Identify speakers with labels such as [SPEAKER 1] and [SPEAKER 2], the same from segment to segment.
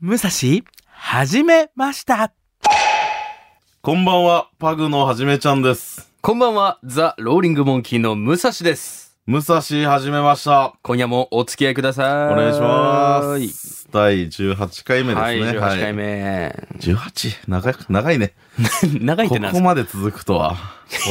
[SPEAKER 1] 武蔵、始めました。
[SPEAKER 2] こんばんは、パグのはじめちゃんです。
[SPEAKER 3] こんばんは、ザ・ローリング・モンキーの武蔵です。
[SPEAKER 2] 武蔵はじめました。
[SPEAKER 3] 今夜もお付き合いください。
[SPEAKER 2] お願いします。第18回目ですね。
[SPEAKER 3] はい、18回
[SPEAKER 2] はい。
[SPEAKER 3] 目。
[SPEAKER 2] 18? 長い、長いね。
[SPEAKER 3] 長いっ
[SPEAKER 2] こ
[SPEAKER 3] てなんです
[SPEAKER 2] こ
[SPEAKER 3] か
[SPEAKER 2] まで続くとは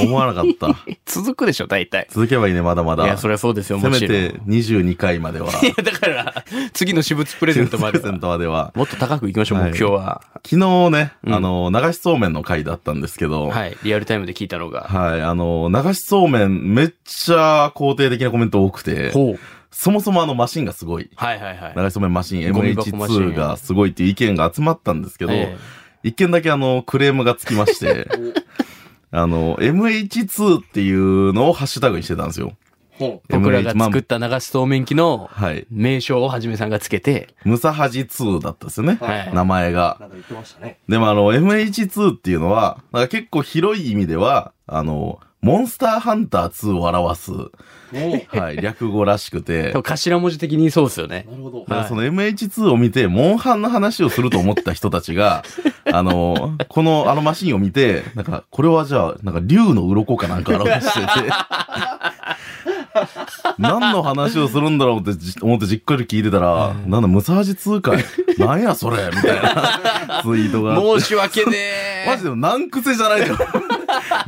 [SPEAKER 2] 思わなか った。
[SPEAKER 3] 続くでしょ、大体。
[SPEAKER 2] 続けばいいね、まだま
[SPEAKER 3] い
[SPEAKER 2] だ。
[SPEAKER 3] や、そりゃそうですよ、
[SPEAKER 2] せ
[SPEAKER 3] も
[SPEAKER 2] め
[SPEAKER 3] ちろん。
[SPEAKER 2] て22回ま では。
[SPEAKER 3] いや、だから、次の私物プレゼントまでは。
[SPEAKER 2] セントまでは。
[SPEAKER 3] もっと高く行きましょう、
[SPEAKER 2] はい
[SPEAKER 3] 目標は。
[SPEAKER 2] 昨日ね、
[SPEAKER 3] うん
[SPEAKER 2] あの、流しそうめんの回だったんですけど、はい、
[SPEAKER 3] はい、リアルタイムで聞いたのが。
[SPEAKER 2] あの、流しそうめんめっちゃ肯定的なコメント多くて、
[SPEAKER 3] ほう。
[SPEAKER 2] そもそもあのマシンがすごい。
[SPEAKER 3] はいはいはい。
[SPEAKER 2] 流しそうめんマシン
[SPEAKER 3] ゴミ箱マシン
[SPEAKER 2] MH2 がすごいっていう意見が集まったんですけど、
[SPEAKER 3] え
[SPEAKER 2] 一件だけあの、クレームがつきまして、 あの、MH2 っていうのをハッシュタグにしてたんですよ。
[SPEAKER 3] え僕らが作った流しそうめん機の
[SPEAKER 2] はい。
[SPEAKER 3] 名称をはじめさんがつけて、
[SPEAKER 2] ムサハジ2だったんですよね。
[SPEAKER 3] はい
[SPEAKER 2] 名前が。
[SPEAKER 4] なんか言ってましたね。
[SPEAKER 2] でもあの、MH2 っていうのは、なんか結構広い意味では、あの、モンスターハンター2を表す、 はい、略語らしくて、
[SPEAKER 3] 頭文字的にそうですよね
[SPEAKER 4] な。るほど。
[SPEAKER 2] だからその MH2 を見て、モンハンの話をすると思った人たちが、あの、この、あのマシンを見て、なんか、これはじゃあ、なんか、竜の鱗かなんか表してて、何の話をするんだろうってじ思ってじっくり聞いてたら、なんだ、ムサージ2回、なんやそれみたいなツイートがあって。
[SPEAKER 3] 申し訳 ねえ。
[SPEAKER 2] マジで難癖じゃないよ。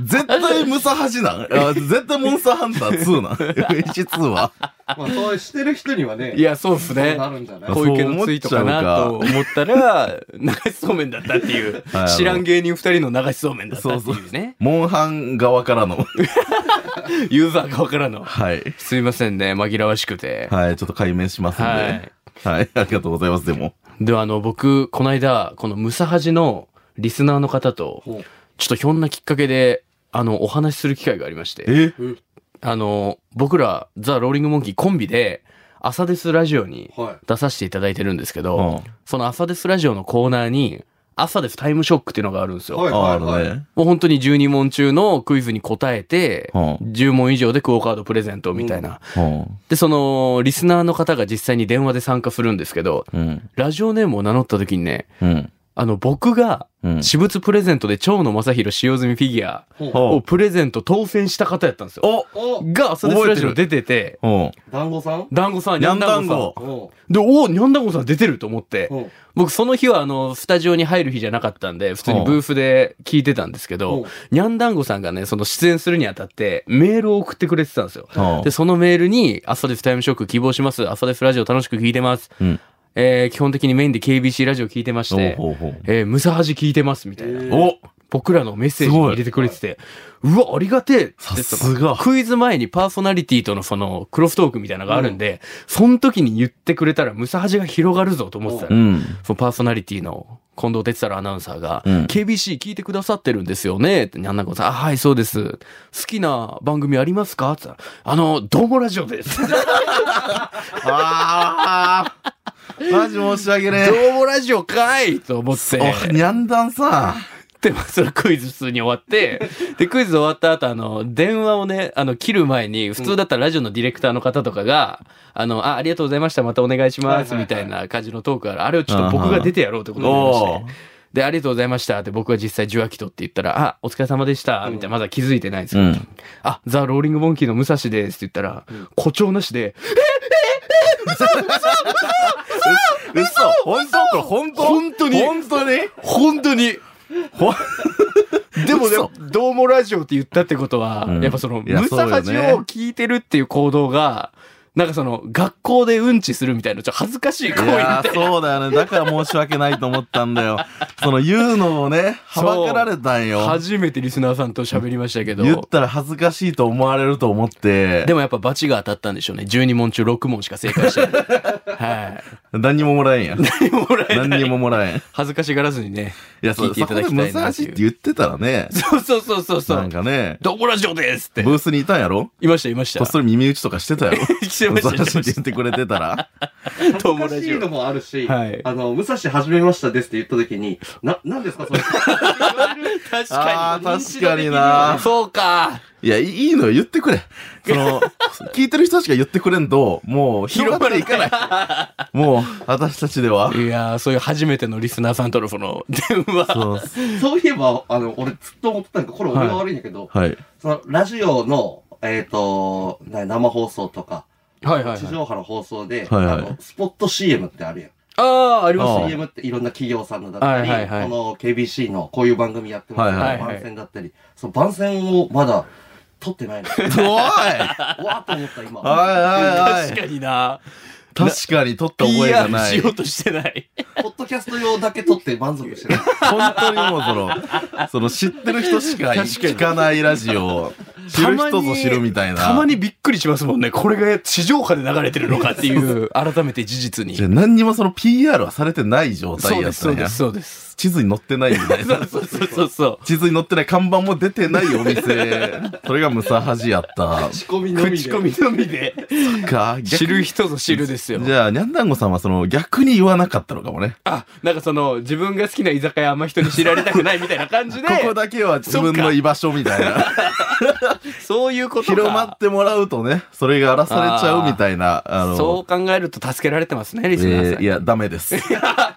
[SPEAKER 2] 絶対ムサハジなんあ絶対モンスターハンター2なん ?MH2 は。
[SPEAKER 4] まあ、そうしてる人にはね、
[SPEAKER 3] いや、そうっす
[SPEAKER 4] そう
[SPEAKER 3] ね。
[SPEAKER 4] なるんじゃない
[SPEAKER 2] あ
[SPEAKER 3] 小池のツイートかなと
[SPEAKER 2] そう思
[SPEAKER 3] 思ったら、 流しそうめんだったっていう
[SPEAKER 2] はいあの、
[SPEAKER 3] 知らん芸人二人の流しそうめんだったっていうね、
[SPEAKER 2] モンハン側からの。
[SPEAKER 3] ユーザー側からの。
[SPEAKER 2] はい。
[SPEAKER 3] すいませんね、紛らわしくて。
[SPEAKER 2] はい、ちょっと解明しますんで。は
[SPEAKER 3] はいい、
[SPEAKER 2] ありがとうございます、でも。
[SPEAKER 3] では、あの、僕、この間、このムサハジのリスナーの方と、
[SPEAKER 4] ほう
[SPEAKER 3] ちょっとひょんなきっかけで、あの、お話しする機会がありまして、
[SPEAKER 2] え
[SPEAKER 3] あの、僕ら、ザ・ローリング・モンキーコンビで、朝ですラジオに
[SPEAKER 4] はい。
[SPEAKER 3] 出させていただいてるんですけど、
[SPEAKER 2] うん。
[SPEAKER 3] その朝ですラジオのコーナーに、朝ですタイムショックっていうのがあるんですよ。
[SPEAKER 4] はい
[SPEAKER 2] ある
[SPEAKER 4] はい
[SPEAKER 2] ね。
[SPEAKER 3] もう本当に12問中のクイズに答えて、
[SPEAKER 2] う
[SPEAKER 3] 10問以上でクオカードプレゼントみたいな。
[SPEAKER 2] うん。
[SPEAKER 3] で、その、リスナーの方が実際に電話で参加するんですけど、
[SPEAKER 2] うん。
[SPEAKER 3] ラジオネームを名乗った時にね、
[SPEAKER 2] うん。
[SPEAKER 3] あの、僕が、
[SPEAKER 2] うん。
[SPEAKER 3] 私物プレゼントで蝶野正宏使用済みフィギュア
[SPEAKER 4] ほう。
[SPEAKER 2] お
[SPEAKER 3] をプレゼント当選した方やったんですよ。
[SPEAKER 2] お
[SPEAKER 4] お
[SPEAKER 3] が、朝ですラジオ出てて、
[SPEAKER 2] うん。
[SPEAKER 4] 団子さん
[SPEAKER 3] 団子さん、
[SPEAKER 2] に
[SPEAKER 3] に
[SPEAKER 2] ゃ
[SPEAKER 3] ゃ
[SPEAKER 2] ん
[SPEAKER 3] ん
[SPEAKER 2] だ
[SPEAKER 3] だ
[SPEAKER 2] ん
[SPEAKER 3] ん
[SPEAKER 2] ご
[SPEAKER 3] ご
[SPEAKER 4] おお
[SPEAKER 3] さん。で、おお、にゃんだんごさん出てると思って、
[SPEAKER 4] おう
[SPEAKER 3] 僕その日はあの、スタジオに入る日じゃなかったんで、普通にブースで聞いてたんですけ
[SPEAKER 4] うん
[SPEAKER 3] ど、にゃんだんごさんがね、その出演するにあたって、メールを送ってくれてたんですよ。
[SPEAKER 2] うん
[SPEAKER 3] で、そのメールに、朝ですタイムショック希望します。朝ですラジオ楽しく聞いてます。
[SPEAKER 2] うん
[SPEAKER 3] えー基本的にメインで KBC ラジオ聞いてまして、
[SPEAKER 2] おうほうほう
[SPEAKER 3] えームサハジ聞いてます、みたいな。
[SPEAKER 2] お
[SPEAKER 3] 僕らのメッセージに入れてくれてて、うわ、ありがてえって
[SPEAKER 2] さ
[SPEAKER 3] 言ってた
[SPEAKER 2] すが。
[SPEAKER 3] クイズ前にパーソナリティとのそのクロストークみたいなのがあるんで、その時に言ってくれたらムサハジが広がるぞと思ってた
[SPEAKER 2] う
[SPEAKER 3] ら、
[SPEAKER 2] ん。
[SPEAKER 3] そのパーソナリティの近藤哲太郎アナウンサーが、
[SPEAKER 2] うん
[SPEAKER 3] KBC 聞いてくださってるんですよねって、にゃんなこさん、あ、はい、そうです。好きな番組ありますかって言ったら、あの、どうもラジオ です。ど
[SPEAKER 2] ああマジ申し訳ねえ。
[SPEAKER 3] うもラジオかいと思って、
[SPEAKER 2] お、にゃんだんさん。
[SPEAKER 3] で、まあそのクイズ普通に終わって、で、クイズ終わった後、あの、電話をね、あの、切る前に、普通だったらラジオのディレクターの方とかが、あの、あ、ありがとうございました、またお願いします、
[SPEAKER 4] はいはいはい
[SPEAKER 3] みたいな感じのトークがある。あれをちょっと僕が出てやろうってことになりま
[SPEAKER 2] お
[SPEAKER 3] して。で、ありがとうございましたって僕は実際受話器取って言ったら、あ、お疲れ様でした、みたいな、まだ気づいてないんです
[SPEAKER 2] う
[SPEAKER 3] よ。
[SPEAKER 2] ん。
[SPEAKER 3] あ、ザ・ローリング・モンキーの武蔵ですって言ったら、誇張なしで、
[SPEAKER 2] 嘘本当これ本当
[SPEAKER 3] 本当に
[SPEAKER 2] 本当に
[SPEAKER 3] 本当に、
[SPEAKER 2] ほ
[SPEAKER 3] でもね
[SPEAKER 2] 嘘、
[SPEAKER 3] どうもラジオって言ったってことは、
[SPEAKER 2] うん
[SPEAKER 3] やっぱその、
[SPEAKER 2] いや
[SPEAKER 3] ムサハジ
[SPEAKER 2] そうよね
[SPEAKER 3] を聞いてるっていう行動が、なんかその、学校でうんちするみたいな、ちょっと恥ずかしい行為
[SPEAKER 2] い
[SPEAKER 3] みたい
[SPEAKER 2] やーそうだよね。だから申し訳ないと思ったんだよ。その言うのをね、はばかられたんよ
[SPEAKER 3] な。。初めてリスナーさんと喋りましたけ
[SPEAKER 2] 言っ
[SPEAKER 3] ど、
[SPEAKER 2] たら恥ずかしいと思われると思って、
[SPEAKER 3] でもやっぱバチが当たったんでしょうね。12問中6問しか正解して ない。はい。
[SPEAKER 2] 何にももらえんや。
[SPEAKER 3] もらえない
[SPEAKER 2] 何にももらえん。い
[SPEAKER 3] 恥ずかしがらずにね。
[SPEAKER 2] や、そ
[SPEAKER 3] 聞いていただきたいな
[SPEAKER 2] 難
[SPEAKER 3] って
[SPEAKER 2] し
[SPEAKER 3] い
[SPEAKER 2] いうって言ってたらね、
[SPEAKER 3] そうそうそうそうそ
[SPEAKER 2] な。
[SPEAKER 3] うん
[SPEAKER 2] かね、
[SPEAKER 3] どうもラジオですって。
[SPEAKER 2] ブースにいたんやろ
[SPEAKER 3] いましたいました。
[SPEAKER 2] こっ そり耳打ちとかしてたやろ
[SPEAKER 3] してました
[SPEAKER 2] 難しい
[SPEAKER 3] し
[SPEAKER 2] って言ってくれてたら。
[SPEAKER 4] 恥
[SPEAKER 3] どう
[SPEAKER 4] ず
[SPEAKER 3] も
[SPEAKER 4] か
[SPEAKER 3] ラ
[SPEAKER 4] し
[SPEAKER 3] ジオ
[SPEAKER 4] いのもあるし、
[SPEAKER 3] はい
[SPEAKER 4] あの、武蔵始めましたですって言った時に、な、何ですかそれ。
[SPEAKER 3] 確
[SPEAKER 2] ああ、
[SPEAKER 3] か
[SPEAKER 2] 確かにな
[SPEAKER 3] に。そうか。
[SPEAKER 2] いや、いいいのよ、言ってくれ。その、聞いてる人しか言ってくれんと、もう、広がっていかない。もう、私たちでは。
[SPEAKER 3] いやー、そういう初めてのリスナーさんとのこの電話。
[SPEAKER 2] そう。
[SPEAKER 4] そういえば、あの、俺ずっと思ってたんだけど、これ俺が悪いんだけど、
[SPEAKER 2] はい。
[SPEAKER 4] その、ラジオの、えっ、と、な生放送とか、
[SPEAKER 3] はいはい、
[SPEAKER 4] 地
[SPEAKER 3] はい。
[SPEAKER 4] 上波の放送で、
[SPEAKER 2] はいはい
[SPEAKER 4] あのスポット CM ってあるやん。
[SPEAKER 3] ああ、あります
[SPEAKER 2] ああ
[SPEAKER 4] CM っていろんな企業さんのだったり、
[SPEAKER 3] はいはいはい
[SPEAKER 4] この KBC のこういう番組やってます、
[SPEAKER 2] は
[SPEAKER 3] は
[SPEAKER 2] い
[SPEAKER 3] いはい
[SPEAKER 4] 番宣だったり、その番宣をまだ撮っ てないの。
[SPEAKER 2] おいおいおい
[SPEAKER 4] わーっと思った今。
[SPEAKER 3] 確
[SPEAKER 2] おい
[SPEAKER 3] かにな。
[SPEAKER 2] 確かに撮った覚えが
[SPEAKER 3] PR
[SPEAKER 2] ない。
[SPEAKER 3] しよう
[SPEAKER 2] 本
[SPEAKER 3] としてない。
[SPEAKER 4] ポッドキャスト用だけ撮って満足してる。
[SPEAKER 2] 当にもうその、その知ってる人しか
[SPEAKER 3] 確かに
[SPEAKER 2] 聞かないラジオ、知る人ぞ知るみたいな。
[SPEAKER 3] たまにびっくりしますもんね。これが地上波で流れてるのかって いう、改めて事実に
[SPEAKER 2] じ。ゃあ何にもその PR はされてない状
[SPEAKER 3] そ
[SPEAKER 2] 態
[SPEAKER 3] う
[SPEAKER 2] や
[SPEAKER 3] で
[SPEAKER 2] っ
[SPEAKER 3] す、
[SPEAKER 2] た
[SPEAKER 3] そうんで
[SPEAKER 2] や
[SPEAKER 3] す、。そうです。
[SPEAKER 2] 地図に載ってないみたい
[SPEAKER 3] そ
[SPEAKER 2] な
[SPEAKER 3] う。そうそうそうそう。
[SPEAKER 2] 地図に載ってない看板も出てない お店。それがムサハジやった。
[SPEAKER 4] 仕込みのみで。
[SPEAKER 3] 口コミのみで。
[SPEAKER 2] か、
[SPEAKER 3] 知る人ぞ知るですよ。
[SPEAKER 2] じゃあ、ニャンダンゴさんはその逆に言わなかったのかもね。
[SPEAKER 3] あ、なんかその、自分が好きな居酒屋あんま人に知られたくないみたいな感じで
[SPEAKER 2] こ、こだけは自分の居場所みたいな。
[SPEAKER 3] そういうことか。
[SPEAKER 2] 広まってもらうとね、それが荒らされちゃうみたいな。あの、
[SPEAKER 3] そう考えると助けられてますね、リ
[SPEAKER 2] え
[SPEAKER 3] スナーさ
[SPEAKER 2] ー
[SPEAKER 3] ん。
[SPEAKER 2] いや、ダメです。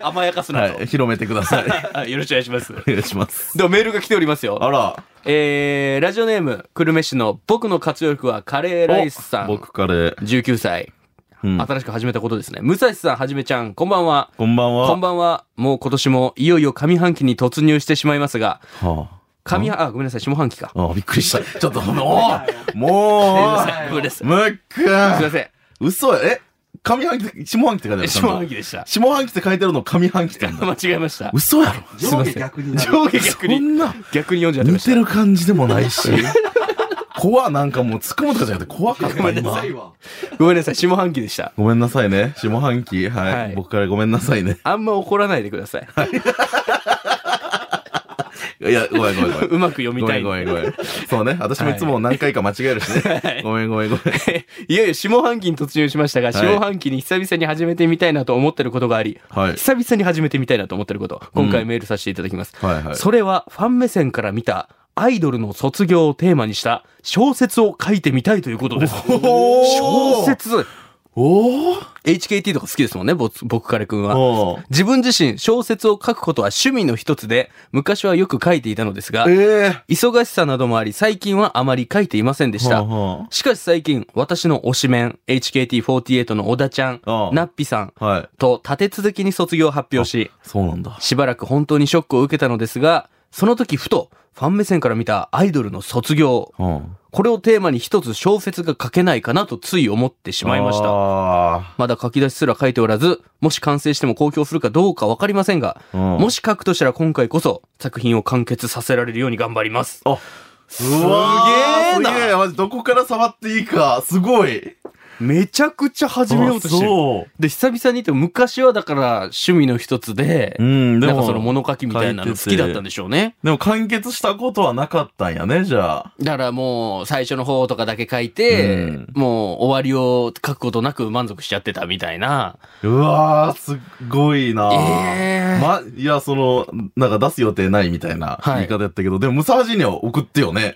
[SPEAKER 3] 甘やかすな
[SPEAKER 2] はい、広めてくだ さい。
[SPEAKER 3] と。よろしくお願いします。
[SPEAKER 2] お願いします。
[SPEAKER 3] でもメールが来ておりますよ。
[SPEAKER 2] あら、
[SPEAKER 3] えー、ラジオネーム、久留米市の僕の活力はカレーライスさん。
[SPEAKER 2] 僕カレー。
[SPEAKER 3] 19歳。
[SPEAKER 2] うん
[SPEAKER 3] 新しく始めたことですね。武蔵さん、はじめちゃん、こんばんは。
[SPEAKER 2] こんばんは。
[SPEAKER 3] こんばんは。もう今年もいよいよ上半期に突入してしまいますが、
[SPEAKER 2] は
[SPEAKER 3] 上半、あ、ごめんなさい、下半期か。
[SPEAKER 2] あ、あびっくり した。ちょっと、もう、も
[SPEAKER 4] は
[SPEAKER 3] ごめんなさい。
[SPEAKER 2] う、むっく
[SPEAKER 3] すいま
[SPEAKER 2] ん。
[SPEAKER 3] せん。
[SPEAKER 2] 嘘え上半期って、下半期って書いてあるちゃん
[SPEAKER 3] 下
[SPEAKER 2] と
[SPEAKER 3] 半期でした。
[SPEAKER 2] 下半期って書いてあるの上半期って言うんだ。
[SPEAKER 3] 間違えました。
[SPEAKER 2] 嘘やろ。
[SPEAKER 4] 上下逆になる。
[SPEAKER 3] 上下逆
[SPEAKER 2] そ
[SPEAKER 3] に、
[SPEAKER 2] んな。
[SPEAKER 3] 逆に読んじゃってま
[SPEAKER 2] 似
[SPEAKER 3] した
[SPEAKER 2] て。る感じでもないし。 怖なんかもう突っ込むとかじゃなくて怖かった
[SPEAKER 4] うる
[SPEAKER 2] 今
[SPEAKER 4] さ。いわ。
[SPEAKER 3] ごめんなさい、下半期でした。
[SPEAKER 2] ごめんなさいね。下半期。はい。
[SPEAKER 3] はい
[SPEAKER 2] 僕からごめんなさいね。
[SPEAKER 3] あんま怒らないでください。
[SPEAKER 2] いや、ごめんごめんごめん。
[SPEAKER 3] うまく読み
[SPEAKER 2] ご
[SPEAKER 3] た
[SPEAKER 2] め
[SPEAKER 3] い。い
[SPEAKER 2] んごめんごめん。そうね。私もいつも何回か間違えるしね。ごめんごめんごめん。
[SPEAKER 3] よいよ下半期に突入しましたが、
[SPEAKER 2] はい
[SPEAKER 3] 下半期に久々に始めてみたいなと思ってることがあり、
[SPEAKER 2] はい。
[SPEAKER 3] 久々に始めてみたいなと思ってること、今
[SPEAKER 2] う
[SPEAKER 3] 回
[SPEAKER 2] ん
[SPEAKER 3] メールさせていただきます。
[SPEAKER 2] はいはい。
[SPEAKER 3] それはファン目線から見たアイドルの卒業をテーマにした小説を書いてみたいということです。
[SPEAKER 2] お
[SPEAKER 3] 小説
[SPEAKER 2] おー
[SPEAKER 3] !HKT とか好きですもんね、ぼ僕からくんは。
[SPEAKER 2] おー
[SPEAKER 3] 自分自身小説を書くことは趣味の一つで、昔はよく書いていたのですが、
[SPEAKER 2] ええ。
[SPEAKER 3] 忙しさなどもあり、最近はあまり書いていませんでした。
[SPEAKER 2] はあは
[SPEAKER 3] しかし最近、私の推しメン、HKT48 の小田ちゃん、
[SPEAKER 2] ああ
[SPEAKER 3] ナッピさん
[SPEAKER 2] あはい。
[SPEAKER 3] と立て続けに卒業を発表し、
[SPEAKER 2] そうなんだ。
[SPEAKER 3] しばらく本当にショックを受けたのですが、その時ふと、ファン目線から見たアイドルの卒業、
[SPEAKER 2] うん。
[SPEAKER 3] これをテーマに一つ小説が書けないかなとつい思ってしまいました。
[SPEAKER 2] た。
[SPEAKER 3] まだ書き出しすら書いておらず、もし完成しても公表するかどうかわかりませんが、
[SPEAKER 2] も
[SPEAKER 3] もし書くとしたら今回こそ作品を完結させられるように頑張ります。
[SPEAKER 2] あすげえ
[SPEAKER 3] すげえな
[SPEAKER 2] なげえマジどこから触っていいか、すごい
[SPEAKER 3] めちゃくちゃ始めようとしてる。
[SPEAKER 2] そ
[SPEAKER 3] で、久々にって昔はだから趣味の一つで
[SPEAKER 2] う。う、ん、で
[SPEAKER 3] なん
[SPEAKER 2] も、
[SPEAKER 3] かその物書きみたいなの好きだったんでしょうね。
[SPEAKER 2] でも完結したことはなかったんやね、じゃあ。
[SPEAKER 3] だからもう最初の方とかだけ書いて、
[SPEAKER 2] うん
[SPEAKER 3] もう終わりを書くことなく満足しちゃってたみたいな。
[SPEAKER 2] うわー、すっごいな
[SPEAKER 3] えー
[SPEAKER 2] ま、いや、その、なんか出す予定ないみたいな
[SPEAKER 3] はい
[SPEAKER 2] 言い方やったけど、でも、ムサージには送って よね。